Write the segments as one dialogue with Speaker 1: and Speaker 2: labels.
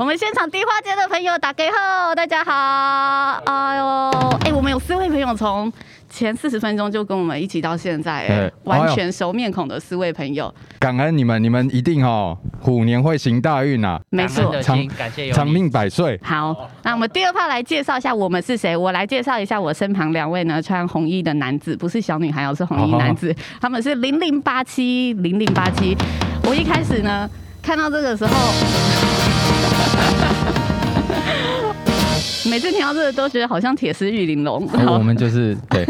Speaker 1: 我们现场地花街的朋友打给后，大家好，哎呦，哎、我们有四位朋友从前四十分钟就跟我们一起到现在、哎、
Speaker 2: 哎
Speaker 1: 完全熟面孔的四位朋友，
Speaker 2: 感恩你们，你们一定哦，虎年会行大运啊，
Speaker 1: 没错。
Speaker 2: 长
Speaker 3: 长感
Speaker 1: 哎
Speaker 3: 谢有你
Speaker 2: 长命百岁。
Speaker 1: 好，那我们第二趴来介绍一下我们是谁。我来介绍一下我身旁两位呢，穿红衣的男子，不是小女孩哦，是红衣男子，他们是零零八七零零八七。我一开始呢看到这个时候。 每次听到这个都觉得好像铁丝玉玲珑，
Speaker 2: 哦 我们就是对，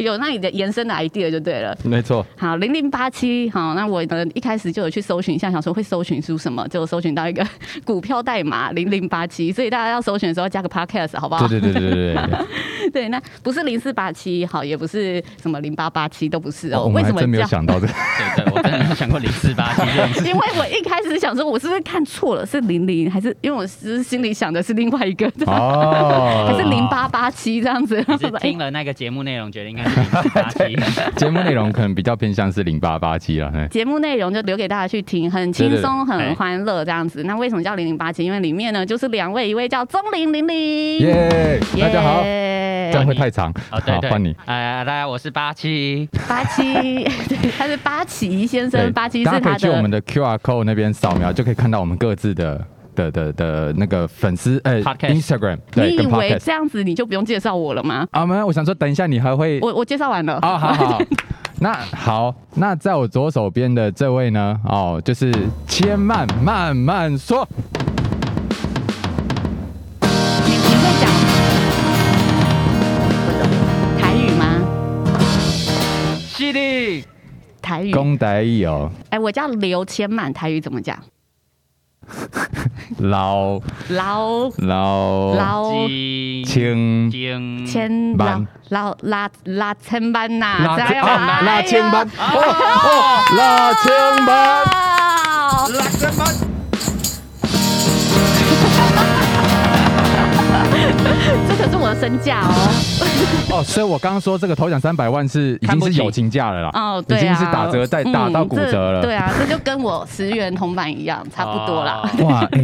Speaker 1: 有那你的延伸的 idea 就对了。
Speaker 2: 没错，
Speaker 1: 好，零零八七，好，那我呢一开始就有去搜寻一下，想说会搜寻出什么，结果搜寻到一个 股票代码零零八七，所以大家要搜寻的时候加个 podcast 好不好？
Speaker 2: 对对对对对对。
Speaker 1: 对那不是零四八七，好，也不是什么零八八七，都不是哦。
Speaker 2: 我
Speaker 1: 为
Speaker 2: 们还
Speaker 1: 什么
Speaker 2: 真没
Speaker 1: 这
Speaker 2: 有
Speaker 1: 样？
Speaker 2: 想到这个，
Speaker 3: 对对，我真的没有想过零四 八七这样 子。
Speaker 1: 因为我一开始想说，我是不是看错了，是零零，还是因为我只是心里想的是另外一
Speaker 2: 啊
Speaker 1: 个， 还
Speaker 2: 哦
Speaker 1: 是零八八七这样子？
Speaker 3: 你是听了那个节目内容，觉得应该是零四 八七。
Speaker 2: 节目内容可能比较偏向是零八八七了，嘿
Speaker 1: 节目内容就留给大家去听，很轻松、
Speaker 3: 对
Speaker 1: 很欢乐这样子。那为什么叫零零八七？因为里面呢就是两位，一位叫钟玲玲玲，
Speaker 2: 耶，大家好，这样
Speaker 1: 好
Speaker 2: 会太长，
Speaker 3: 哦，对
Speaker 2: 好
Speaker 3: 对，
Speaker 2: 换你。
Speaker 3: 呃，大家我是八七，
Speaker 1: 八七， 对，他是八旗先生，
Speaker 2: 对
Speaker 1: 八七
Speaker 2: 大
Speaker 1: 是
Speaker 2: 家可
Speaker 1: 他
Speaker 2: 以去我们
Speaker 1: 的。
Speaker 2: 的 QR code 那边扫描，就可以看到我们各自的的的的那个粉丝哎
Speaker 3: Podcast
Speaker 2: Instagram 对
Speaker 1: 你以
Speaker 2: 跟
Speaker 1: 为
Speaker 2: Podcast。
Speaker 1: 这样子你就不用介绍我了吗？
Speaker 2: 啊，没有，我想说，等一下你还会
Speaker 1: 我我介绍完了。
Speaker 2: 啊，好好。好那好，那在我左手边的这位呢？哦，就是千慢慢慢说，
Speaker 1: 你你会讲台语吗？
Speaker 3: 犀利，
Speaker 1: 台语。
Speaker 2: 公仔有
Speaker 1: 哎，我叫刘千曼，台语怎么讲？
Speaker 2: 老哦
Speaker 1: 老
Speaker 2: 老
Speaker 1: 老
Speaker 3: 金
Speaker 2: 青
Speaker 3: 金
Speaker 1: 千老
Speaker 2: 班
Speaker 1: 老拉拉千班呐，
Speaker 2: 拉
Speaker 1: 这
Speaker 2: 千
Speaker 1: 样
Speaker 2: 班，
Speaker 1: 哎
Speaker 2: 拉
Speaker 1: 呦
Speaker 2: 千班，哦哦，拉
Speaker 1: 哎
Speaker 2: 千班。
Speaker 1: 哇
Speaker 3: 拉什么？
Speaker 1: 这可是我的身价哦。
Speaker 2: 哦，所以我刚刚说这个头奖三百万是已
Speaker 3: 看
Speaker 2: 经
Speaker 3: 不
Speaker 2: 是
Speaker 3: 起
Speaker 2: 友情价了啦，
Speaker 1: 哦，对啊，
Speaker 2: 已经是打折再打到骨折了
Speaker 1: 嗯这对啊，这就跟我十元铜板一样，差不多啦。
Speaker 3: 哦
Speaker 2: 哇，哎、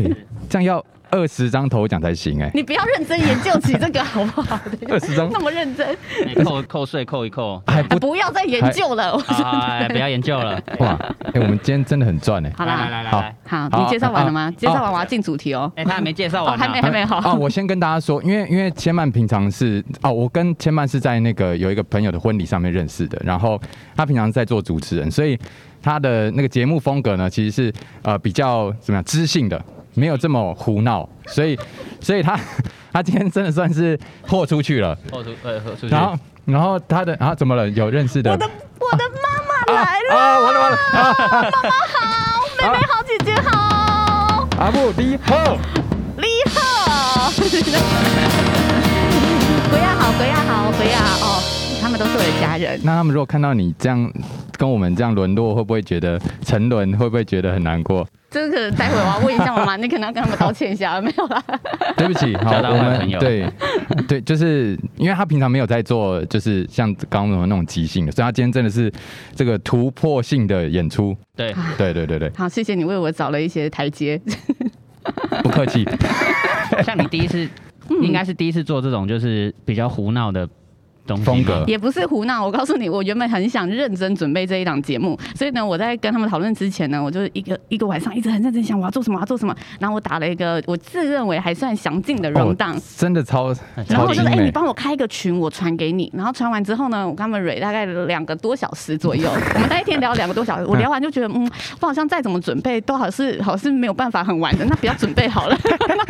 Speaker 2: 这样要二十张头奖才行哎、
Speaker 1: 你不要认真研究起这个好不好？
Speaker 2: 二十张，
Speaker 1: 那么认真，
Speaker 3: 哎扣扣税扣一扣
Speaker 2: 还
Speaker 1: 啊
Speaker 2: 不
Speaker 1: 不要再研究了。我
Speaker 3: 哎，不要研究了。
Speaker 2: 哇，哎、我们今天真的很赚哎、
Speaker 1: 好
Speaker 3: 来
Speaker 1: 啦，
Speaker 3: 来来
Speaker 2: 好
Speaker 3: 来，
Speaker 1: 好，
Speaker 2: 好
Speaker 1: 你介绍完了
Speaker 2: 啊
Speaker 1: 吗？介绍完我要进主题哦。
Speaker 3: 哎，他还没介绍
Speaker 1: 哦，
Speaker 3: 完呢
Speaker 1: 还没，还没好。
Speaker 2: 啊，我先跟大家说，因为因为千曼平常是哦，我跟千曼是在那个有一个朋友的婚礼上面认识的，然后他平常是在做主持人，所以他的那个节目风格呢，其实是呃比较怎么样知性的，没有这么胡闹，所以所以他 他今天真的算是豁出去了，
Speaker 3: 扣出呃出去
Speaker 2: 然。后然后他的啊怎么了？有认识的
Speaker 1: 我的我的妈妈来了，
Speaker 2: 啊，完了啊完了啊
Speaker 1: 好，妹妹好，姐姐好，
Speaker 2: 阿布你好，
Speaker 1: 厉害！ 鬼呀好，鬼呀好，鬼呀哦，他们都是我的家人。
Speaker 2: 那他们如果看到你这样跟我们这样沦落，会不会觉得沉沦？会不会觉得很难过？
Speaker 1: 这个待会我要问一下我妈，你可能要跟他们道歉一下，没有啦。
Speaker 2: 对不 起，好，
Speaker 3: 交到
Speaker 2: 我
Speaker 3: 坏
Speaker 2: 们
Speaker 3: 朋友
Speaker 2: 对对，就是因为他平常没有在做，就是像刚刚我们那种即兴的，所以他今天真的是这个突破性的演出。
Speaker 3: 对，
Speaker 2: 对对对对，
Speaker 1: 好，谢谢你为我找了一些台阶。
Speaker 2: 不客气。
Speaker 3: 像你第一次，
Speaker 1: 嗯
Speaker 3: 应该是第一次做这种就是比较胡闹的东西
Speaker 2: 风格
Speaker 3: 吗
Speaker 1: 也不是胡闹，我告诉你，我原本很想认真准备这一档节目，所以呢，我在跟他们讨论之前呢，我就一个一个晚上一直很认真想我要做什么，我要做什么。然后我打了一个我自认为还算详尽的 round down，、
Speaker 2: 真的超
Speaker 1: 然后
Speaker 2: 超
Speaker 1: 我就
Speaker 2: 精
Speaker 1: 说：“哎、你
Speaker 2: 美。
Speaker 1: 帮我开一个群，我传给你。”然后传完之后呢，我跟他们蕊大概两个多小时 左右，我们那一天聊两个多小时。我聊完就觉得，嗯，我好像再怎么准备都好是好是没有办法很完整，那不要准备好了。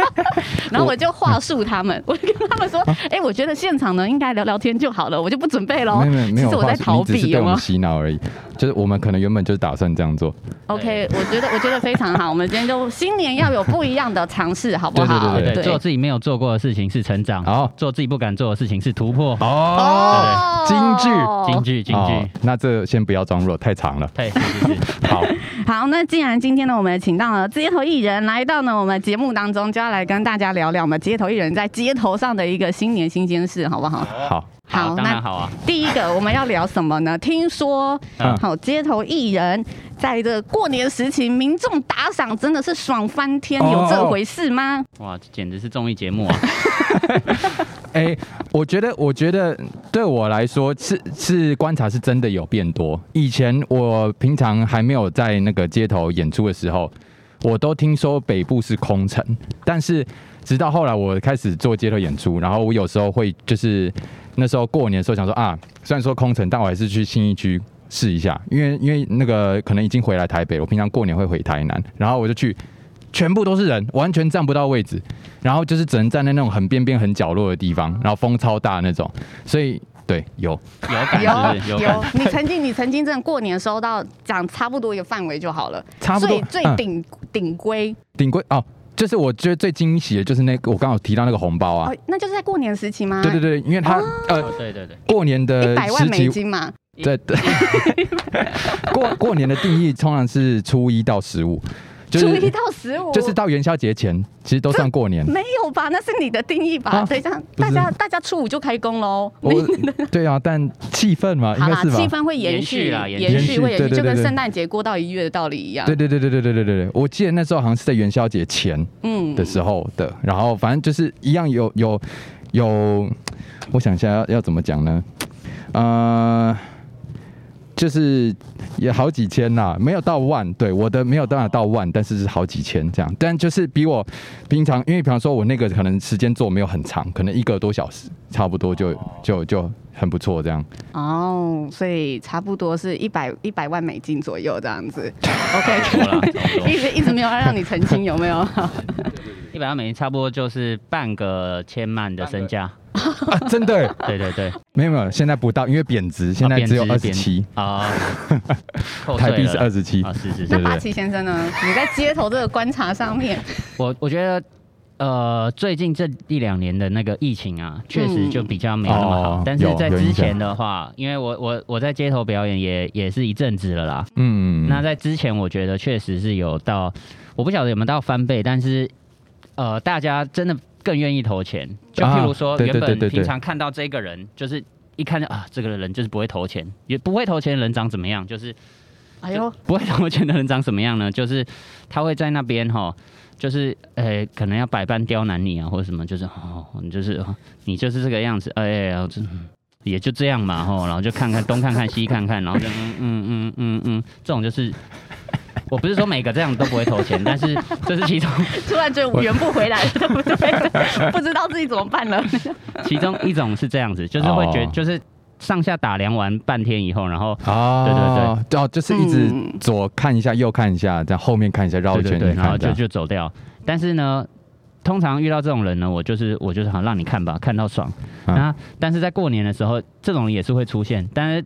Speaker 1: 然后我就话术他们，我就跟他们说：“
Speaker 2: 啊
Speaker 1: 哎、我觉得现场呢应该聊聊天就好了，我就不准备喽。”
Speaker 2: 没有没有没
Speaker 1: 其
Speaker 2: 有
Speaker 1: 实我
Speaker 2: 话
Speaker 1: 在
Speaker 2: 术，
Speaker 1: 逃
Speaker 2: 你只是
Speaker 1: 避，
Speaker 2: 对
Speaker 1: 有
Speaker 2: 我
Speaker 1: 吗
Speaker 2: 们洗脑而已。就是我们可能原本就打算这样做。
Speaker 1: ？OK，我觉得我觉得非常好。我们今天就新年要有不一样的尝试，好不好？
Speaker 2: 对
Speaker 3: 对，做自己没有做过的事情是成长，
Speaker 2: 好
Speaker 3: 做自己不敢做的事情是突破。
Speaker 2: 哦，对京剧
Speaker 3: 京剧，京
Speaker 2: 哦
Speaker 3: 剧，
Speaker 2: 那这先不要装弱，太长了。
Speaker 3: 对，是是 是，
Speaker 2: 好，
Speaker 1: 好，那既然今天呢，我们请到了街头艺人来到呢我们节目当中，就要来跟大家聊聊我们街头艺人在街头上的一个新年新鲜事，好不好？
Speaker 2: 好，
Speaker 1: 好，
Speaker 3: 当然
Speaker 1: 那
Speaker 3: 好啊。
Speaker 1: 第一个我们要聊什么呢？听说
Speaker 2: 嗯
Speaker 1: 好街头艺人在这过年时期，民众打赏真的是爽翻天，
Speaker 2: 哦
Speaker 1: 有这回事吗？
Speaker 3: 哇，这简直是综艺 节目啊！
Speaker 2: 哎、我觉得，我觉得对我来说是是观察是真的有变多。以前我平常还没有在那个街头演出的时候，我都听说北部是空城，但是直到后来我开始做街头演出，然后我有时候会就是那时候过年的时候想说啊，虽然说空城，但我还是去新一区。试一下，因为因为那个可能已经回来台北，我平常过年会回台南，然后我就去全部都是人，完全占不到位置，然后就是只能站在那种很边边、很角落的地方，然后风超大那种，所以对有
Speaker 3: 有
Speaker 2: 哎
Speaker 3: 感是不是？
Speaker 1: 有
Speaker 3: 有感。
Speaker 1: 你曾经你曾经真的过年收到讲差不多一个范围就好了，
Speaker 2: 差不多
Speaker 1: 最最
Speaker 2: 嗯
Speaker 1: 顶顶规
Speaker 2: 顶规哦，就是我觉得最惊喜的就是那个我刚好提到那个红包啊
Speaker 1: 哦，，那就是在过年时期吗？
Speaker 2: 对对呃对，因为他、呃
Speaker 3: 哦对对对，
Speaker 2: 过年的
Speaker 1: 一百万
Speaker 2: 时
Speaker 1: 美
Speaker 2: 期
Speaker 1: 金嘛，
Speaker 2: 对对，过过年的定义通常是初一到十五，就
Speaker 1: 初一
Speaker 2: 是
Speaker 1: 到十五，
Speaker 2: 就是到元宵节前，其实都算过 年。
Speaker 1: 没有吧？那是你的定义吧？
Speaker 2: 啊
Speaker 1: 等一下，
Speaker 2: 不
Speaker 1: 大
Speaker 2: 是
Speaker 1: 家大家初五就开工喽。
Speaker 2: 我对啊，但气氛嘛，应
Speaker 1: 好
Speaker 2: 该
Speaker 1: 啦，
Speaker 2: 是吧
Speaker 1: 气。氛会延
Speaker 3: 延
Speaker 1: 续
Speaker 3: 续啦延
Speaker 1: 延
Speaker 2: 续
Speaker 1: 续会延续，
Speaker 2: 对对
Speaker 1: 就
Speaker 2: 对
Speaker 1: 跟
Speaker 2: 对
Speaker 1: 圣诞节过到一月到了一样
Speaker 3: 啊
Speaker 2: 对。对对对对对对对对，我记得那时候好像是在元宵节前
Speaker 1: 嗯
Speaker 2: 的时候的，然后反正就是一样有有有，我想一下要要怎么讲呢？呃，就是也好几千啦，没有到万，对我的没有办法到万，但是是好几千这样，但就是比我平常，因为比方说我那个可能时间做没有很长，可能一个多小时，差不多
Speaker 3: 哦
Speaker 2: 就就就很不错这样。
Speaker 1: 哦，所以差不多是一百一百万美金左右这样子。OK，
Speaker 3: 够了，差不多
Speaker 1: 一直一直没有让你澄清，有没 有？
Speaker 3: 一百万美金差不多就是半个千万的身价。
Speaker 2: 啊，真的 耶
Speaker 3: 对对对，啊
Speaker 2: 没有没有，现在不到，因为贬值，现在
Speaker 3: 贬
Speaker 2: 只有
Speaker 3: 值
Speaker 2: 二十
Speaker 3: 贬
Speaker 2: 七。
Speaker 3: 啊，扣
Speaker 2: 台币
Speaker 3: 税
Speaker 2: 是
Speaker 3: 了
Speaker 2: 二十七
Speaker 3: 啊，，是是是
Speaker 1: 那
Speaker 2: 对。对
Speaker 1: 八旗先生呢？你在街头这个观察上面，
Speaker 3: 我我觉得，呃，最近这一两年的那个疫情啊，确实就比较没有那么好。
Speaker 2: 哦
Speaker 3: 但是在
Speaker 2: 有有
Speaker 3: 之
Speaker 2: 影响
Speaker 3: 前的话，因为我我我在街头表演也也是一阵子了啦。
Speaker 2: 嗯，
Speaker 3: 那在之前，我觉得确实是有到，我不晓得有没有到翻倍，但是呃，大家真的更愿意投钱。就譬如说，
Speaker 2: 啊对
Speaker 3: 原
Speaker 2: 对对
Speaker 3: 本
Speaker 2: 对对
Speaker 3: 平常看到这个人，就是一看就啊，这个人就是不会投钱，也不会投钱的人长怎么样，就是
Speaker 1: 哎呦，
Speaker 3: 不会投钱的人长什么样呢？就是他会在那边哈，就是呃，可能要百般刁难你啊，或者什么，就是哦，你就是、哦你就是这个样子，哎、呀，我真也就这样嘛吼，然后就看看东看看西看看，然后就嗯嗯嗯嗯嗯，这种就是。我不是说每个这样都不会投钱，但是这是其中
Speaker 1: 突然觉得圆不回来了，对不对？ 不知道自己怎么办了。
Speaker 3: 其中一种是这样子，就是会觉得
Speaker 2: 哦
Speaker 3: 就是上下打量完半天以后，然后
Speaker 2: 哦，对对对，哦，就是一直
Speaker 1: 嗯
Speaker 2: 左看一下，右看一下，在后面看一下，绕一
Speaker 3: 对
Speaker 2: 圈
Speaker 3: 对对，
Speaker 2: 再
Speaker 3: 然
Speaker 2: 看一
Speaker 3: 后就
Speaker 2: 下。
Speaker 3: 就走掉。但是呢，通常遇到这种人呢，我就是我就是好让你看吧，看到爽。
Speaker 2: 嗯
Speaker 3: 那但是在过年的时候，这种人也是会出现，但是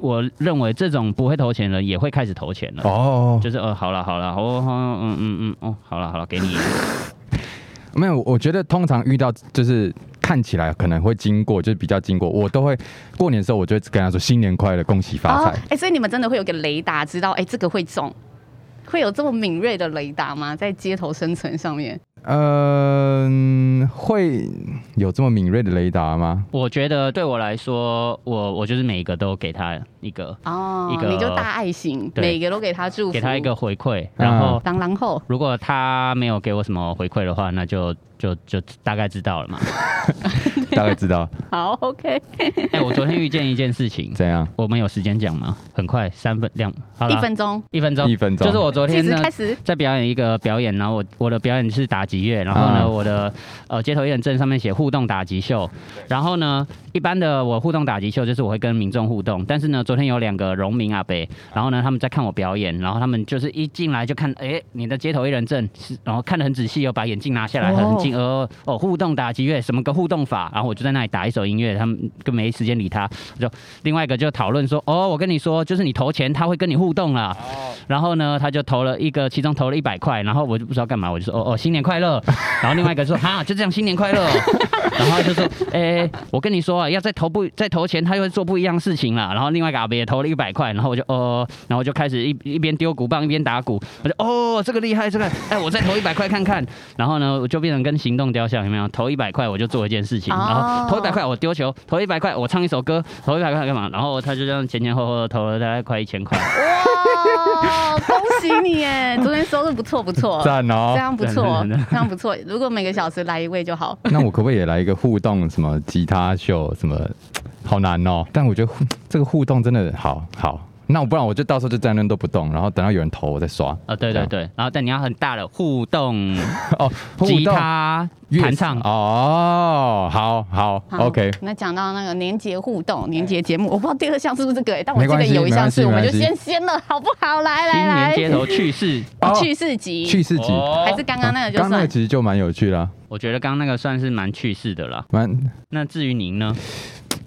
Speaker 3: 我认为这种不会投钱的人也会开始投钱了。
Speaker 2: 哦，
Speaker 3: 就是呃，好了好了，哦，哦嗯嗯嗯，哦，好了好了，给 你。
Speaker 2: 哦没有，我觉得通常遇到就是看起来可能会经过，就是比较经过，我都会过年的时候，我就会跟他说新年快乐，恭喜发财。
Speaker 1: 哎、所以你们真的会有个雷达，知道哎、这个会中，会有这么敏锐的雷达吗？在街头生存上面，
Speaker 2: 嗯，会有这么敏锐的雷达吗？
Speaker 3: 我觉得对我来说，我我就是每一个都给他一个，
Speaker 1: 哦，
Speaker 3: 一个
Speaker 1: 你就大爱心，
Speaker 3: 对
Speaker 1: 每个都给他祝福，
Speaker 3: 给他一个回
Speaker 2: 嗯
Speaker 3: 馈，然后
Speaker 1: 当然后。
Speaker 3: 如果他没有给我什么回馈的话，那就就就大概知 道了嘛。
Speaker 2: 大概知道
Speaker 1: 好，OK，
Speaker 3: 哎、我昨天遇见一件事情，
Speaker 2: 怎样？
Speaker 3: 我们有时间讲吗？很快，三分两，好啦
Speaker 1: 一分钟，
Speaker 3: 一分钟，
Speaker 2: 一分钟
Speaker 3: 就是我昨
Speaker 1: 计
Speaker 3: 天
Speaker 1: 时
Speaker 3: 呢
Speaker 1: 开始。
Speaker 3: 在表演一个表演，然后我我的表演是打击乐，然后呢、
Speaker 2: 啊
Speaker 3: 我的呃街头艺人证上面写互动打击秀，然后呢一般的我互动打击秀就是我会跟民众互动，但是呢昨天有两个农民阿伯，然后呢他们在看我表演，然后他们就是一进来就看，哎、你的街头艺人证是，然后看得很仔细哦，把眼镜拿下来，
Speaker 1: 哦
Speaker 3: 很近，哦哦互动打击乐什么个互动法，然后我就在那里打一首音乐，他们更没时间理他，就另外一个就讨论说，哦我跟你说，就是你投钱他会跟你互动啦。然后呢，他就投了一个，其中投了一百块，然后我就不知道干嘛，我就说哦哦，新年快乐。然后另外一个说哈，就这样新年快乐哦、然后他就说，哎、我跟你说啊，要再投不再投钱，他又会做不一样的事情啦。然后另外一个阿伯也投了一百块，然后我就哦，然后我就开始一一边丢鼓棒一边打鼓，我就哦，这个厉害，这个哎，我再投一百块看看。然后呢，我就变成跟行动雕像有没有？投一百块我就做做一件事情，
Speaker 1: 哦
Speaker 3: 然后投一百块我丢球，投一百块我唱一首歌，投一百块干嘛？然后他就这样前前后后地投了大概快一千块，
Speaker 1: 哇，恭喜你耶！昨天收入不错不错，
Speaker 2: 赞哦
Speaker 1: 这！样不错
Speaker 3: 真的真的，
Speaker 1: 这样不错。如果每个小时来一位就好。
Speaker 2: 那我可不可以也来一个互动？什么吉他秀？什么？好难哦！但我觉得互这个互动真的好好。那我不然我就到时候就在那都不动，然后等到有人投我再刷。
Speaker 3: 啊，对对对，然后但你要很大的互动，
Speaker 2: 哦， 互动
Speaker 3: 吉他
Speaker 2: 乐
Speaker 3: 弹唱，
Speaker 2: 哦，好好
Speaker 1: 好
Speaker 2: o k
Speaker 1: 那讲到那个年节互动、年节节目，我不知道第二项是不是这个，但我
Speaker 2: 没
Speaker 1: 记
Speaker 2: 关
Speaker 1: 得
Speaker 2: 系
Speaker 1: 有一项是，
Speaker 2: 没
Speaker 1: 我
Speaker 2: 关
Speaker 1: 们
Speaker 2: 系
Speaker 1: 就先先了，好不好？来
Speaker 3: 新
Speaker 1: 来
Speaker 3: 年街
Speaker 1: 来，
Speaker 3: 头趣事，
Speaker 2: 哦
Speaker 1: 去市集，
Speaker 2: 去四集，
Speaker 3: 哦
Speaker 1: 还是刚刚那个就
Speaker 2: 刚那个
Speaker 1: 算。
Speaker 2: 其实就蛮有趣啦，
Speaker 3: 我觉得刚刚那个算是蛮趣事的啦。
Speaker 2: 蛮。
Speaker 3: 那至于您呢？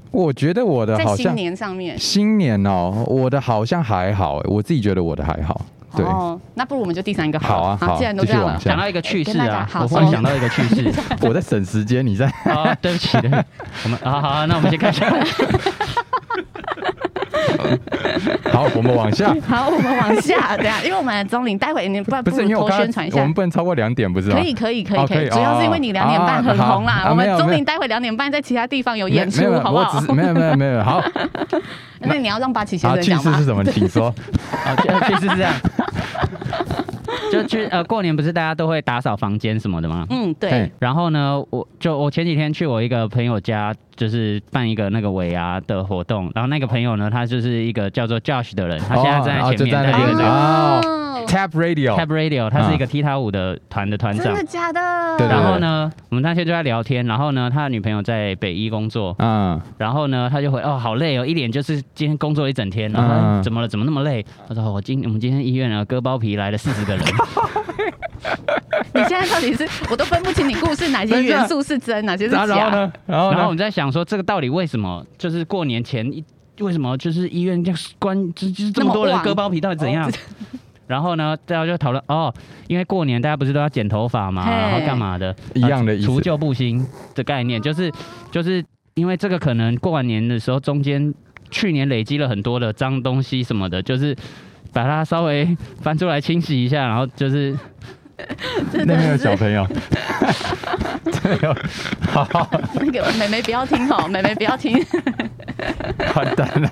Speaker 2: 我觉得我的
Speaker 1: 在
Speaker 2: 好
Speaker 1: 新
Speaker 2: 像
Speaker 1: 年上面，
Speaker 2: 新年哦，我的好像还好，欸我自己觉得我的还好。对，
Speaker 1: 哦，那不如我们就第三个
Speaker 2: 好啊好
Speaker 1: 既然都
Speaker 2: 继
Speaker 1: 这
Speaker 2: 续
Speaker 1: 样了
Speaker 2: 往，下
Speaker 3: 想到一个趣事
Speaker 1: 哎跟大家
Speaker 3: 啊，
Speaker 1: 好
Speaker 3: 我忽然
Speaker 1: 说
Speaker 3: 想到一个趣事。
Speaker 2: 我在省时间，你在
Speaker 3: 啊，对不起，对不起我们好好好，那我们先看一 下。哦
Speaker 2: 好，我们往 下。
Speaker 1: 好，我们往下， 等一下，因为我们钟玲待会你不然
Speaker 2: 不是因为
Speaker 1: 如偷
Speaker 2: 我刚
Speaker 1: 宣
Speaker 2: 刚
Speaker 1: 传一
Speaker 2: 我
Speaker 1: 下
Speaker 2: 们。不能超过两点，不是吗？
Speaker 1: 可以可以可以
Speaker 2: 哦
Speaker 1: 可
Speaker 2: 可
Speaker 1: 以，
Speaker 2: 以
Speaker 1: 主要是因为你两点半很红
Speaker 2: 哦
Speaker 1: 啦
Speaker 2: 好。啊
Speaker 1: 我们
Speaker 2: 没有
Speaker 1: 钟
Speaker 2: 没
Speaker 1: 玲
Speaker 2: 有
Speaker 1: 待会两点半在其他地方有
Speaker 2: 没
Speaker 1: 演出
Speaker 2: 没有，，
Speaker 1: 好不
Speaker 2: 我
Speaker 1: 好
Speaker 2: 只？是没有没有没 有。好，
Speaker 1: 那你要让八旗先
Speaker 2: 好，
Speaker 1: 生
Speaker 2: 趣
Speaker 1: 讲
Speaker 2: 事
Speaker 1: 吧
Speaker 2: 是。什么？请说。
Speaker 3: 啊，确实是这样。就去呃，过年不是大家都会打扫房间什么的吗？
Speaker 1: 嗯，对
Speaker 2: 嘿，
Speaker 3: 然后呢，我就我前几天去我一个朋友家，就是办一个那个尾牙的活动。然后那个朋友呢，他就是一个叫做 Josh 的人，他现在站在前面，
Speaker 2: 哦哦哦就站在
Speaker 3: 他
Speaker 2: 那
Speaker 3: 是
Speaker 2: 边
Speaker 3: 一
Speaker 2: 嗯
Speaker 3: 个
Speaker 2: 讲
Speaker 1: 哦
Speaker 2: Tap
Speaker 3: Tab
Speaker 2: Radio，
Speaker 3: Radio，他是一个踢踏舞的团的团
Speaker 1: 真
Speaker 3: 长
Speaker 1: 的。假的？
Speaker 2: 对对
Speaker 3: 然后呢，我们那天就在聊天，然后呢，他的女朋友在北医工作，
Speaker 2: 嗯，
Speaker 3: 然后呢，他就回哦，好累哦，一脸就是今天工作一整天，然后他说
Speaker 2: 嗯
Speaker 3: 怎么了，怎么那么累？他说哦我今我们今天医院啊割包皮来了四十个人，
Speaker 1: 你现在到底是我都分不清你故事哪些元素是真，哪些是
Speaker 2: 然后然后
Speaker 1: 假。
Speaker 2: 呢？然后
Speaker 3: 然后
Speaker 2: 呢
Speaker 3: 我们？在想说这个到底为什么？就是过年前一为什么就是医院就是关就就是这么多
Speaker 1: 那么
Speaker 3: 人
Speaker 1: 旺哦
Speaker 3: 割包皮到底怎样？ 然后呢，大家就讨论哦，因为过年大家不是都要剪头发嘛，
Speaker 1: 嘿
Speaker 3: 然后干嘛的，
Speaker 2: 一
Speaker 3: 呃
Speaker 2: 样的意思
Speaker 3: 除旧布新的概念，就是就是因为这个可能过完年的时候中间去年累积了很多的脏东西什么的，就是把它稍微翻出来清洗一下，然后就是
Speaker 1: 真
Speaker 2: 那边有
Speaker 1: 的
Speaker 2: 小
Speaker 1: 是
Speaker 2: 朋友， 这有，好，
Speaker 1: 那个美眉不要听哦，美眉不要听，
Speaker 2: 完蛋 了，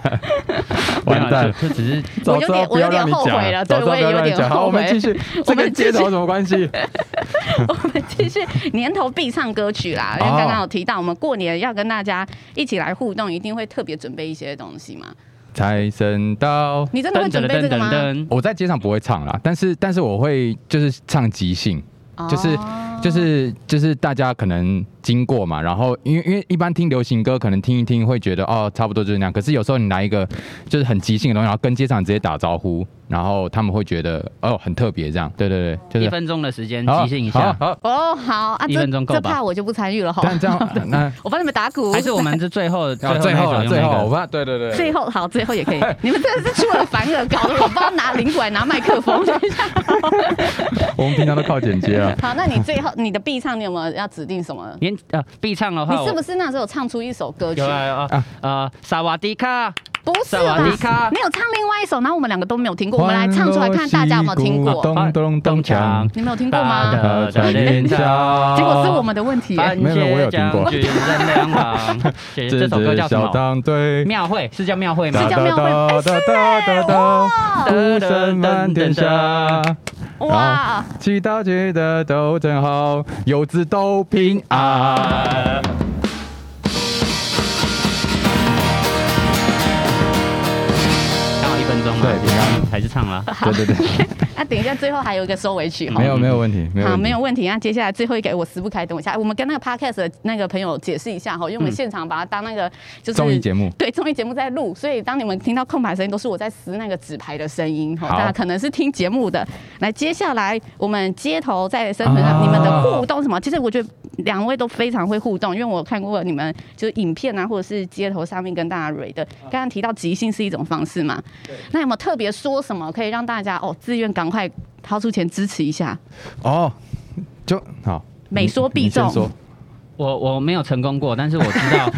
Speaker 2: 完
Speaker 3: 没
Speaker 2: 蛋
Speaker 3: 有
Speaker 2: 了
Speaker 3: 就。就只是
Speaker 2: 早知道不要让你
Speaker 1: 我有点我有点后
Speaker 2: 讲
Speaker 1: 悔了对
Speaker 2: 早知道不要让你
Speaker 1: 我也有点
Speaker 2: 讲。好，
Speaker 1: 后
Speaker 2: 我
Speaker 1: 悔
Speaker 2: 们继续，
Speaker 1: 我
Speaker 2: 这
Speaker 1: 们
Speaker 2: 跟
Speaker 1: 继
Speaker 2: 街
Speaker 1: 续
Speaker 2: 头有什么关系？
Speaker 1: 我们继续年头必唱歌曲啦，因为
Speaker 2: 哦
Speaker 1: 刚刚有提到，我们过年要跟大家一起来互动，一定会特别准备一些东西嘛。
Speaker 2: 财神到，
Speaker 1: 你真的会准备这个吗？
Speaker 3: 噔，
Speaker 2: 我在街上不会唱啦，但是但是我会就是唱即兴，
Speaker 1: 哦
Speaker 2: 就是就是就是大家可能经过嘛，然后因为因为一般听流行歌，可能听一听会觉得哦，差不多就是那样。可是有时候你来一个就是很即兴的东西，然后跟街上直接打招呼，然后他们会觉得哦很特别这样。对对对，
Speaker 3: 一
Speaker 2: 就是
Speaker 3: 分钟的时间
Speaker 2: 好
Speaker 3: 即兴一
Speaker 2: 好，
Speaker 3: 下。
Speaker 2: 好
Speaker 1: 哦，好啊，
Speaker 3: 一
Speaker 1: 这
Speaker 3: 分钟够
Speaker 1: 这
Speaker 3: 吧
Speaker 1: 怕我就不参与了哈。
Speaker 2: 但这样 那
Speaker 1: 我帮你们打鼓，
Speaker 3: 还是我们这最后最
Speaker 2: 啊
Speaker 3: 后
Speaker 2: 最
Speaker 3: 那一
Speaker 2: 后
Speaker 3: 首
Speaker 2: 了
Speaker 3: 用
Speaker 2: 最
Speaker 3: 那
Speaker 2: 后，我
Speaker 3: 个
Speaker 2: 怕对对 对。
Speaker 1: 最后好，最后也可以。你们真的是出尔反尔，搞得我不知道拿领管拿麦克风。
Speaker 2: 我们平常都靠剪接 啊。
Speaker 1: 好，那你最后你的必唱，你有没有要指定什么？
Speaker 3: 演呃必唱的话，
Speaker 1: 你
Speaker 3: 我
Speaker 1: 是不是那时候有唱出一首歌曲
Speaker 3: 有？啊有啊
Speaker 2: 啊
Speaker 3: 呃萨瓦迪卡，
Speaker 1: 不是
Speaker 3: 萨
Speaker 1: 吧
Speaker 3: 瓦迪？卡
Speaker 1: 你有唱另外一首，然后我们两个都没有听过，我们来唱出来看大家有没有听
Speaker 2: 欢乐
Speaker 1: 过
Speaker 2: 西。鼓咚咚咚锵，
Speaker 1: 你们有听过
Speaker 3: 大
Speaker 1: 吗
Speaker 3: 的？
Speaker 2: 呃在脸上
Speaker 1: 结果是我们的问题耶。
Speaker 3: 番
Speaker 2: 没有没有我有
Speaker 3: 茄
Speaker 2: 听
Speaker 3: 酱
Speaker 2: 过
Speaker 3: 军人两行，这这首歌叫什
Speaker 2: 小
Speaker 3: 么？
Speaker 2: 当队，
Speaker 3: 庙会是叫庙会吗
Speaker 1: 是？叫庙会哎是哎哇
Speaker 2: 鼓声满天下，
Speaker 1: 哇！
Speaker 2: 祈祷记得都正好，游子都平
Speaker 3: 啊
Speaker 2: 安。
Speaker 3: 刚好一分钟嘛，啊
Speaker 2: 对平安
Speaker 3: 还是唱了。
Speaker 2: 对对对，
Speaker 1: 那等一下，最后还有一个收尾曲哈。
Speaker 2: 没有没有问题，没有
Speaker 1: 好，
Speaker 2: 问题
Speaker 1: 没有问题。那啊接下来最后一个，我撕不开，等我一下。我们跟那个 podcast 的那个朋友解释一下哈，因为我们
Speaker 3: 嗯
Speaker 1: 现场把它当那个就是
Speaker 2: 综艺节目
Speaker 1: 对，综艺节目在录，所以当你们听到空白声音，都是我在撕那个纸牌的声音哈。
Speaker 2: 好
Speaker 1: 大家可能是听节目的。来，接下来我们街头在生存
Speaker 2: 啊
Speaker 1: 上，你们的互动是什么？其实我觉得两位都非常会互动，因为我看过你们就是影片啊，或者是街头上面跟大家 r 的。刚刚提到即兴是一种方式嘛，那有没有特别说什么可以让大家哦自愿赶快掏出钱支持一下？
Speaker 2: 哦，就好，
Speaker 1: 每说必
Speaker 2: 你先
Speaker 1: 中
Speaker 2: 说
Speaker 3: 我我没有成功过，但是我知 道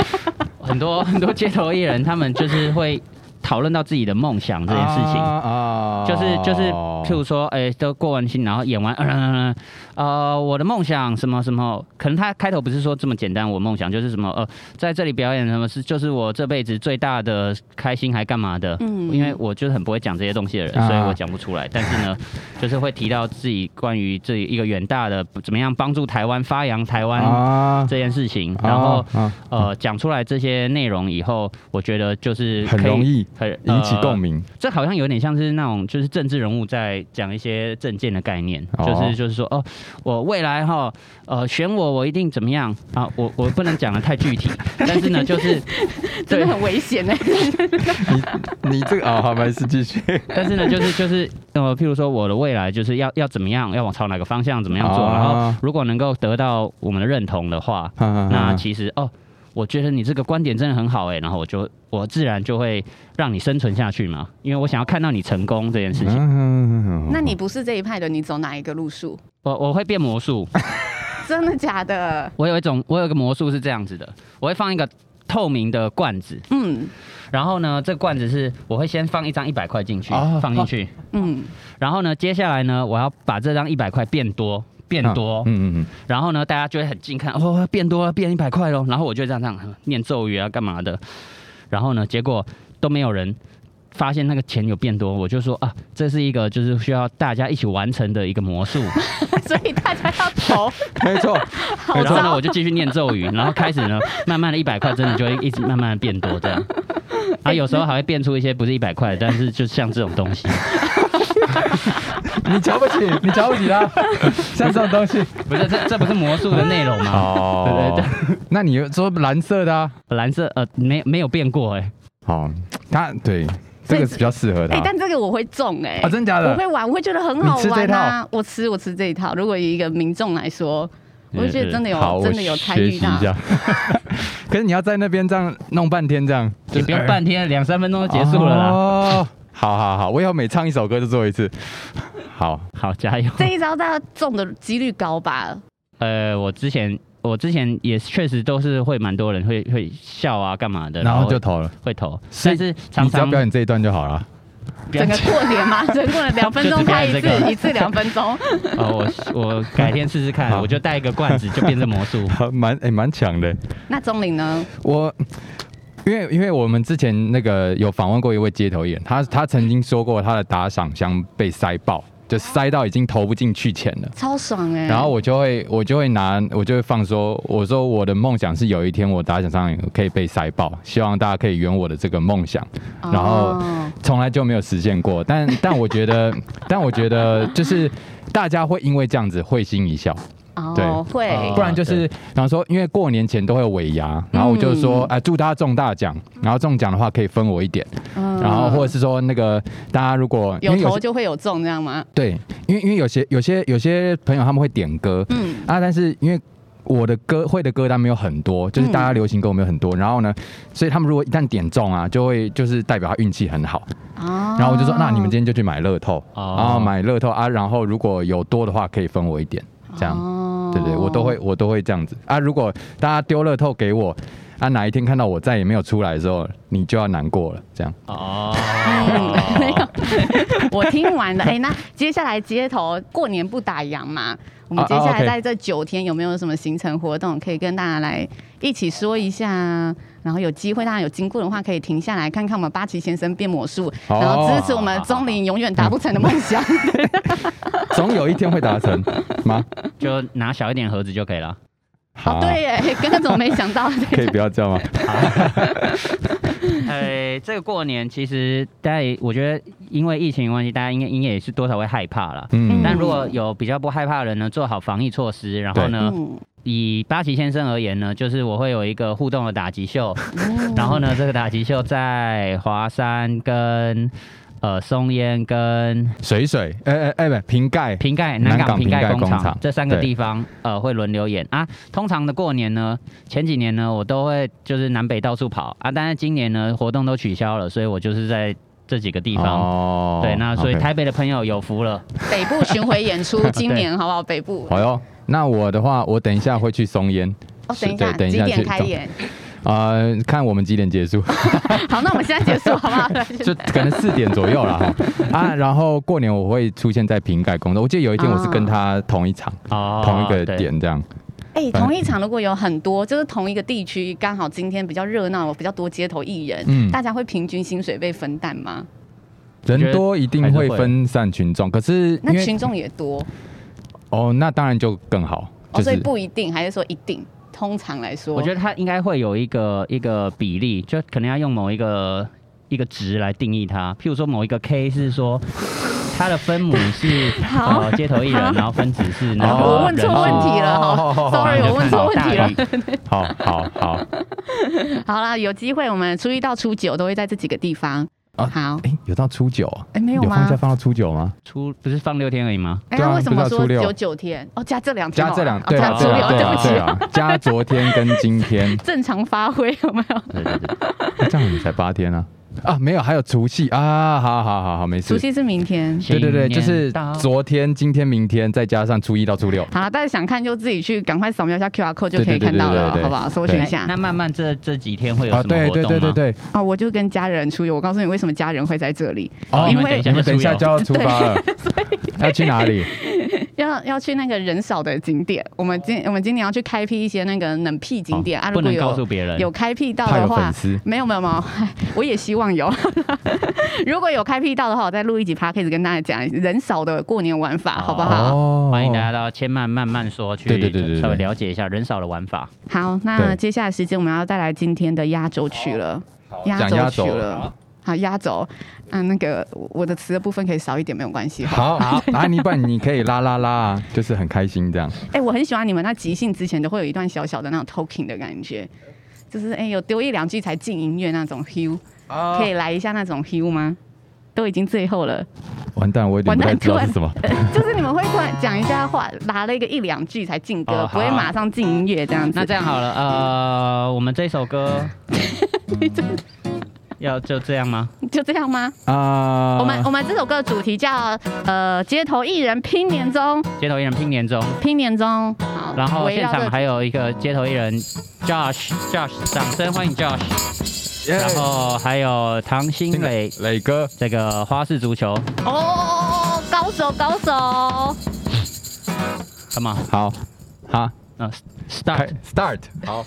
Speaker 3: 很多很多街头艺人，他们就是会讨论到自己的梦想这件事情。
Speaker 2: 啊啊
Speaker 3: 就是就是譬如说，哎、都过完新，然后演完，嗯、呃，我的梦想什么什么，可能他开头不是说这么简单，我梦想就是什么，呃，在这里表演什么是，就是我这辈子最大的开心，还干嘛的？
Speaker 1: 嗯
Speaker 3: 因为我就是很不会讲这些东西的人，
Speaker 2: 啊
Speaker 3: 所以我讲不出来。但是呢，就是会提到自己关于这一个远大的怎么样帮助台湾发扬台湾
Speaker 2: 啊，
Speaker 3: 这件事情，然后
Speaker 2: 啊啊
Speaker 3: 呃讲出来这些内容以后，我觉得就是
Speaker 2: 很
Speaker 3: 可以
Speaker 2: 容易
Speaker 3: 很
Speaker 2: 引起共。鸣，
Speaker 3: 呃这好像有点像是那种就是政治人物在讲一些政见的概念，
Speaker 2: 哦
Speaker 3: 就是就是说哦，我未来哈呃选我我一定怎么样啊，我我不能讲的太 具体，但是呢就是
Speaker 1: 真
Speaker 3: 对
Speaker 1: 的很危险哎、
Speaker 2: 你这个啊，好，没事，继续。
Speaker 3: 但是呢，就是就是呃，譬如说我的未来就是要要怎么样，要往朝哪个方向怎么样做，
Speaker 2: 啊
Speaker 3: 然后如果能够得到我们的认同的话， 那
Speaker 2: 那
Speaker 3: 其实哦，我觉得你这个观点真的很好哎，然后我就我自然就会让你生存下去嘛，因为我想要看到你成功这件事情，
Speaker 2: 嗯
Speaker 1: 那你不是这一派的，你走哪一个路数？
Speaker 3: 我我会变魔术，
Speaker 1: 真的假的？
Speaker 3: 我有一种我有一个魔术是这样子的，我会放一个。透明的罐子，
Speaker 1: 嗯
Speaker 3: 然后呢，这罐子是我会先放一张一百块进去，
Speaker 2: 啊
Speaker 3: 放进去，
Speaker 1: 嗯，
Speaker 3: 然后呢，接下来呢，我要把这张一百块变多，变多，
Speaker 2: 嗯嗯嗯，
Speaker 3: 然后呢，大家就会很近看，哦，变多了，变一百块喽。然后我就这样这样念咒语啊，干嘛的。然后呢，结果都没有人发现那个钱有变多，我就说啊，这是一个就是需要大家一起完成的一个魔术。
Speaker 1: 所以大家要投，
Speaker 2: 没错，
Speaker 1: 好
Speaker 3: 然后呢，
Speaker 1: 糟
Speaker 3: 我就继续念咒语，然后开始呢，慢慢的一百块真的就会一直慢慢的变多 这样。然后有时候还会变出一些不是一百块，但是就像这种东西，
Speaker 2: 你瞧不起，你瞧不起 他，像这种东西。
Speaker 3: 不是这这不是魔术的内 容吗？
Speaker 2: 哦，
Speaker 3: 对
Speaker 2: 那你又说蓝色的啊？
Speaker 3: 蓝色呃没没有变过哎、
Speaker 2: 好，他对
Speaker 1: 所
Speaker 2: 这
Speaker 1: 以
Speaker 2: 个比较适合
Speaker 1: 哎、
Speaker 2: 他
Speaker 1: 但这个我会中哎、
Speaker 2: 啊，真假
Speaker 1: 我
Speaker 2: 的？
Speaker 1: 会玩，我会觉得很好
Speaker 2: 你吃这
Speaker 1: 玩
Speaker 2: 一
Speaker 1: 啊！我吃我吃这一套。如果以一个民众来说，我就觉得真的有
Speaker 2: 好，我
Speaker 1: 真的有参
Speaker 2: 学
Speaker 1: 与
Speaker 2: 习一
Speaker 1: 到。
Speaker 2: 下。 可是你要在那边这样弄半天，这样
Speaker 3: 也不用半天，两三分钟就结束了啦。
Speaker 2: 哦，好好好，我以后每唱一首歌就做一次。好，
Speaker 3: 好，加油。
Speaker 1: 这一招大家中的几率高吧？
Speaker 3: 呃，我之前我之前也确实都是会蛮多人会会笑啊，干嘛的，
Speaker 2: 然后就
Speaker 3: 会
Speaker 2: 投了。
Speaker 3: 会投，
Speaker 2: 所以
Speaker 3: 但是
Speaker 2: 你
Speaker 3: 常
Speaker 2: 只要
Speaker 3: 常
Speaker 2: 表演这一段就好了。
Speaker 3: 不要
Speaker 1: 整个过年嘛，整个过年两分钟开一
Speaker 3: 就只
Speaker 1: 次，一次两分钟。
Speaker 3: 哦，我我改天试试 看，
Speaker 2: 好
Speaker 3: 我就带一个罐子就变成魔 术。
Speaker 2: 好蛮哎蛮强的。
Speaker 1: 那钟林呢？
Speaker 2: 我因为因为我们之前那个有访问过一位街头艺人，他他曾经说过他的打赏箱被塞爆，就塞到已经投不进去钱了。
Speaker 1: 超爽哎、
Speaker 2: 然后我就会我就会拿我就会放说，我说我的梦想是有一天我打赏上可以被塞爆，希望大家可以圆我的这个梦想。
Speaker 1: 哦
Speaker 2: 然后从来就没有实现过，但 但我觉得但我觉得就是大家会因为这样子会心一笑。
Speaker 1: 哦
Speaker 2: 对啊
Speaker 1: 会
Speaker 3: 哦
Speaker 2: 不然就是，然后说，因为过年前都会有尾牙，然后我就说，
Speaker 1: 嗯
Speaker 2: 啊，祝大家中大奖，然后中奖的话可以分我一点，
Speaker 1: 嗯
Speaker 2: 然后或者是说那个大家如果因
Speaker 1: 有
Speaker 2: 为有
Speaker 1: 投
Speaker 2: 些
Speaker 1: 就会有中，这样吗？
Speaker 2: 对，因为因为有些有些有些朋友他们会点歌
Speaker 1: 嗯，
Speaker 2: 啊，但是因为。我的歌会的歌单没有很多，就是
Speaker 1: 嗯
Speaker 2: 大家流行歌没有很多，然后呢，所以他们如果一旦点中啊，就会就是代表他运气很好。
Speaker 1: 哦
Speaker 2: 然后我就说，那你们今天就去买乐透，
Speaker 3: 哦
Speaker 2: 然后买乐透啊，然后如果有多的话可以分我一点，这样。
Speaker 1: 哦
Speaker 2: 对对，我都会我都会这样子啊。如果大家丢乐透给我，啊哪一天看到我再也没有出来的时候，你就要难过了。 这样
Speaker 3: 哦，
Speaker 1: 我听完了，哎、那接下来街头过年不打烊嘛？我们
Speaker 2: 啊
Speaker 1: 接下
Speaker 2: 啊，OK
Speaker 1: 来在这九天有没有什么行程活动可以跟大家来一起说一下？然后有机会大家有经过的话，可以停下来看看我们八旗先生变魔术，
Speaker 2: 哦
Speaker 1: 然后支持我们钟林永远达不成的梦 想。
Speaker 2: 总有一天会达成吗？
Speaker 3: 就拿小一点盒子就可以了。
Speaker 1: 哦，对耶，刚刚怎么没想到？
Speaker 2: 可以不要这样吗？
Speaker 3: 呃，这个过年其实大家，我觉得因为疫情的关系，大家应该应该也是多少会害怕啦。
Speaker 2: 嗯，
Speaker 3: 但如果有比较不害怕的人呢，做好防疫措施，然后
Speaker 2: 对
Speaker 3: 呢，
Speaker 1: 嗯，
Speaker 3: 以八旗先生而言呢，就是我会有一个互动的打击秀，
Speaker 1: 嗯
Speaker 3: 然后呢，这个打击秀在华山跟呃松烟跟
Speaker 2: 水水，哎哎哎，不，瓶盖，
Speaker 3: 瓶盖
Speaker 2: 南
Speaker 3: 南
Speaker 2: 港
Speaker 3: 港瓶盖
Speaker 2: 瓶盖
Speaker 3: 工
Speaker 2: 工
Speaker 3: 厂
Speaker 2: 厂
Speaker 3: 这三个
Speaker 2: 对
Speaker 3: 地方呃会轮流演啊。通常的过年呢，前几年呢我都会就是南北到处跑啊，但是今年呢活动都取消了，所以我就是在这几个地方。
Speaker 2: 哦
Speaker 3: 对，那所以
Speaker 2: OK
Speaker 3: 台北的朋友有福了。
Speaker 1: 北部巡回演 出，今年好不好？北部
Speaker 2: 好哟。那我的话，我等一下会去松烟。
Speaker 1: 哦，等一
Speaker 2: 是
Speaker 1: 下，
Speaker 2: 对等一
Speaker 1: 几
Speaker 2: 下
Speaker 1: 点
Speaker 2: 去
Speaker 1: 开演？
Speaker 2: 呃，看我们几点结 束，
Speaker 1: 好，那我们现在结束好不好？
Speaker 2: 就可能四点左右了哈。啊，然后过年我会出现在瓶盖工作，我记得有一天我是跟他同一场、
Speaker 3: 哦
Speaker 2: 同一个，点这样。
Speaker 1: 哎、
Speaker 2: 反
Speaker 1: 同一场如果有很多，就是同一个地区，刚好今天比较热闹，比较多街头艺人，
Speaker 2: 嗯
Speaker 1: 大家会平均薪水被分担吗？
Speaker 3: 觉
Speaker 2: 人
Speaker 3: 得
Speaker 2: 多一定
Speaker 3: 还是
Speaker 2: 会
Speaker 3: 会
Speaker 2: 分散群众，可是
Speaker 1: 那
Speaker 2: 因为
Speaker 1: 群众也多，
Speaker 2: 哦，那当然就更好，
Speaker 1: 哦，
Speaker 2: 就
Speaker 1: 所以
Speaker 2: 是
Speaker 1: 不一定，还是说一定？通常来说，
Speaker 3: 我觉得它应该会有一个一个比例，就可能要用某一个一个值来定义它。譬如说某一个 K 是说它的分母是
Speaker 1: 好
Speaker 3: 呃街头艺人，然后分子是那个
Speaker 1: 我问错问题了哈、
Speaker 2: 哦
Speaker 1: s o r r y 我问错问题了。
Speaker 3: 了。
Speaker 2: 好好好，
Speaker 1: 好啦，有机会我们初一到初九都会在这几个地方。
Speaker 2: 啊
Speaker 1: 好，
Speaker 2: 哎，有到初九啊？
Speaker 1: 哎没有
Speaker 2: 有放
Speaker 1: 吗哦
Speaker 2: 假？放到初九吗？
Speaker 3: 出不是放六天而 已吗？
Speaker 1: 哎，
Speaker 2: 对
Speaker 1: 那
Speaker 2: 啊
Speaker 1: 为什么
Speaker 2: 不是要
Speaker 1: 说
Speaker 2: 初
Speaker 1: 只
Speaker 2: 六
Speaker 1: 有九天？哦，加这两天
Speaker 2: 加
Speaker 1: 好了，
Speaker 2: 这两
Speaker 1: 哦
Speaker 2: 对
Speaker 1: 加
Speaker 2: 啊
Speaker 1: 初
Speaker 2: 对
Speaker 1: 六，
Speaker 2: 啊对
Speaker 1: 对不
Speaker 2: 啊
Speaker 1: 起
Speaker 2: 对，啊，加昨天跟今天，
Speaker 1: 正常发挥有没有？
Speaker 3: 对对对，
Speaker 2: 那这样你才八天啊？啊，没有，还有除夕啊，好好好好，没
Speaker 1: 除
Speaker 2: 事。
Speaker 1: 夕是明天。
Speaker 2: 对对对，就是
Speaker 3: 新年到
Speaker 2: 昨天、今天、明天，再加上初一到初六。
Speaker 1: 好了，大家想看就自己去赶快扫描一下 QR code 就可以
Speaker 2: 对对对
Speaker 1: 看到了，
Speaker 2: 对对对
Speaker 1: 好不好？搜寻一下
Speaker 3: 那。慢慢这这几天会有
Speaker 2: 啊，
Speaker 3: 什么
Speaker 2: 对
Speaker 3: 活
Speaker 2: 对
Speaker 3: 动吗？
Speaker 2: 对对对，
Speaker 1: 哦，我就跟家人出游。我告诉你为什么家人会在这里，
Speaker 2: 哦，
Speaker 1: 因
Speaker 2: 你
Speaker 1: 为
Speaker 2: 们你们等一下就要出发了，要去哪里？
Speaker 1: 要要去那个人少的景点。我们
Speaker 2: 哦
Speaker 1: 今我们今年要去开辟一些那个冷僻景点、啊，如
Speaker 3: 不
Speaker 1: 果
Speaker 3: 能告诉
Speaker 1: 有
Speaker 3: 别人。
Speaker 1: 有开辟到
Speaker 2: 怕
Speaker 1: 的
Speaker 2: 有
Speaker 1: 话
Speaker 2: 粉，丝。
Speaker 1: 没有没有没有，我也希望有。 如果有开辟到的话，我再录一集 p a c a s e 跟大家讲人少的过年玩法，好不好？
Speaker 2: 哦
Speaker 3: 欢迎大家到千慢慢慢说去，
Speaker 2: 对对对对对
Speaker 3: 稍微了解一下人少的玩法。
Speaker 1: 好，那
Speaker 2: 对
Speaker 1: 接下来时间我们要带来今天的压轴曲了，
Speaker 2: 讲
Speaker 1: 轴
Speaker 2: 压
Speaker 1: 曲
Speaker 2: 轴啊
Speaker 1: 了。好，压轴，啊，那个我我的词的部分可以少一点，没有关系。哈。
Speaker 2: 好好，啊，你不然你可以啦啦啦，就是很开心这样。
Speaker 1: 哎、我很喜欢你们那即兴之前都会有一段小小的那种 talking 的感觉，就是哎、有丢一两句才进音乐那种 hue，、可
Speaker 2: 哦
Speaker 1: 以来一下那种 hue 吗？都已经最后了，
Speaker 2: 完蛋，我有点不太知道是什么。
Speaker 1: 就是你们会突然讲一下话，拉了一个一两句才进歌，
Speaker 3: 哦好啊
Speaker 1: 不会马上进音乐这样子。
Speaker 3: 那这样好了，呃，我们这 首歌要就这样吗？
Speaker 1: 就这样吗？
Speaker 2: 啊，
Speaker 1: 我们我们这首歌的主题叫呃街头艺人拼年终，
Speaker 3: 街头艺人拼年终，
Speaker 1: 拼年终。好，
Speaker 3: 然后
Speaker 1: 围
Speaker 3: 现
Speaker 1: 绕这
Speaker 3: 场还有一个街头艺人 Josh Josh，掌声欢迎 Josh，
Speaker 2: 耶
Speaker 3: 然后还有唐新磊。
Speaker 2: 磊哥，
Speaker 3: 这个花式足球，
Speaker 1: 哦，高手高手。
Speaker 3: 干嘛？
Speaker 2: 好，好，
Speaker 3: 呃
Speaker 2: 开
Speaker 3: ，start，
Speaker 2: start，好。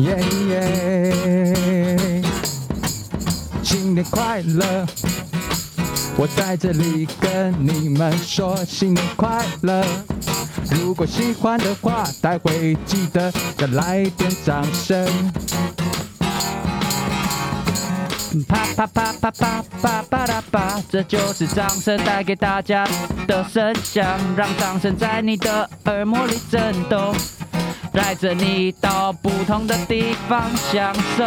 Speaker 2: 耶耶，新年快乐！我在这里跟你们说新年快乐。如果喜欢的话，待会记得再来点掌声。
Speaker 3: 啪啪啪啪啪啪啪啦啪，这就是掌声带给大家的声响，让掌声在你的耳膜里震动，带着你到不同的地方享受，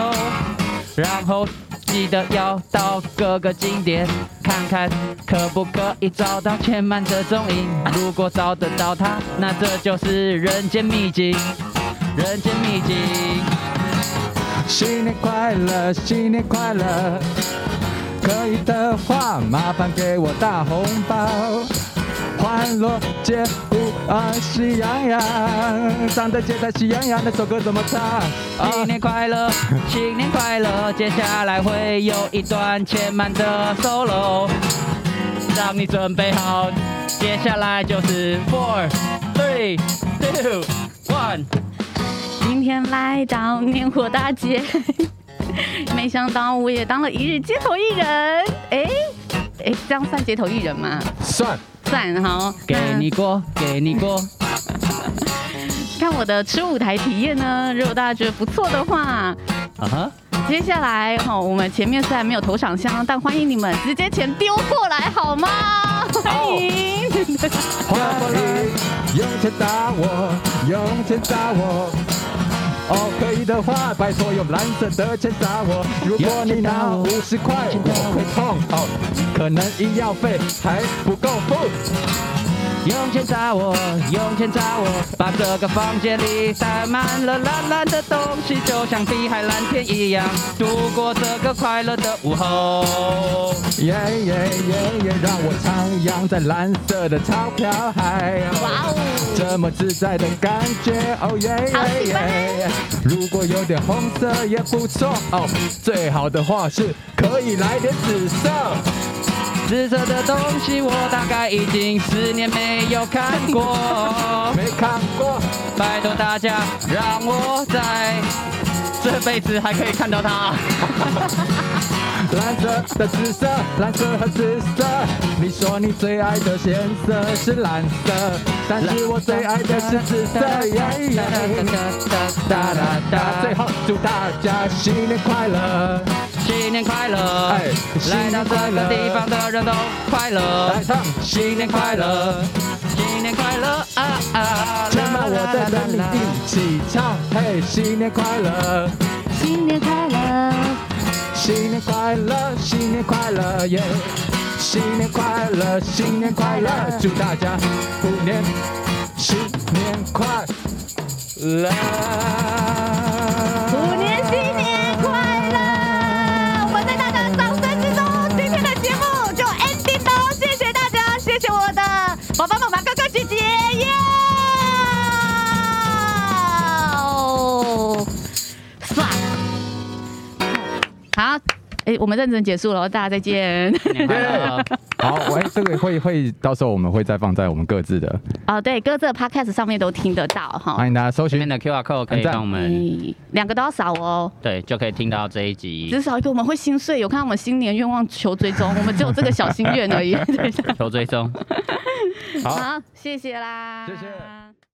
Speaker 3: 然后记得要到各个景点看看，可不可以找到千曼的踪影？如果找得到它，那这就是人间秘境，人间秘境。
Speaker 2: 新年快乐，新年快乐！可以的话，麻烦给我大红包。欢乐街舞啊，喜洋洋，站在街上喜洋洋，那首歌怎么唱？
Speaker 3: 新
Speaker 2: 啊，
Speaker 3: 年快乐，新年快乐！接下来会有一段千满的 solo，让你准备好。接下来就是 four, three, two, one。
Speaker 1: 今天来到年货大街， 没想到我也当了一日街头艺人。哎哎，这样算街头艺人吗？
Speaker 2: 算
Speaker 1: 算哈。
Speaker 3: 给你过，给你过，
Speaker 1: 那看我的吃舞台体验呢，如果大家觉得不错的话，
Speaker 3: 啊哈！
Speaker 1: 接下来哈、哦，我们前面虽然没有投赏箱，但欢迎你们直接钱丢过来好吗？欢迎。
Speaker 2: 欢迎，用钱打我，用钱打我。哦，可以的话，拜托用蓝色的钱砸我。如果你拿五十块，我会痛哦，可能医药费还不够付。
Speaker 3: 用钱砸我，用钱砸我，把这个房间里塞满了蓝蓝的东西，就像碧海蓝天一样，度过这个快乐的午后。
Speaker 2: 耶耶耶耶，让我徜徉在蓝色的钞票海。
Speaker 1: 哇哦！
Speaker 2: 这么自在的感觉，哦耶
Speaker 1: 好
Speaker 2: 耶
Speaker 1: 喜
Speaker 2: 耶
Speaker 1: 欢！
Speaker 2: 如果有点红色也不错哦，最好的话是可以来点紫色。
Speaker 3: 紫色的东西我大概已经十年没有看过，
Speaker 2: 没看过，
Speaker 3: 拜托大家让我在这辈子还可以看到它。
Speaker 2: 蓝色的紫色，蓝色和紫色。你说你最爱的颜色是蓝色，但是我最爱的是紫色。耶耶！哒哒哒！最后祝大家新年快乐！
Speaker 3: 新年快乐！
Speaker 2: 哎
Speaker 3: 来到这个地方的人都快乐
Speaker 2: 来。唱，
Speaker 3: 新年快乐，新年快乐啊啊！
Speaker 2: 全班我在等你一起唱，嘿，新年快乐！
Speaker 1: 新年快乐！
Speaker 2: 新年快乐，新年快乐耶！新年快乐，新年快乐，祝大家虎年新年快乐！
Speaker 1: 虎年新年快乐！我们在大家的掌声之中，今天的节目就 ending 喽，谢谢大家，谢谢我的宝宝、妈妈、哥哥、姐姐，耶！算，好，哎，我们认真结束了，大家再见。
Speaker 3: 新年快乐！
Speaker 2: 好，喂，这个会会到时候我们会再放在我们各自的，
Speaker 1: 哦，对，各自的 podcast 上面都听得到哈
Speaker 2: 欢。迎大家搜
Speaker 3: 前面
Speaker 2: 寻。
Speaker 3: 的 QR code 可以帮我们，
Speaker 1: 哎两个都要扫哦，
Speaker 3: 对，就可以听到这一集
Speaker 1: 只少一个我们会心碎。有看到我们新年愿望求追踪，我们只有这个 小心愿而已。对
Speaker 3: 求追踪。
Speaker 2: 好
Speaker 1: 好，谢谢啦，
Speaker 2: 谢谢。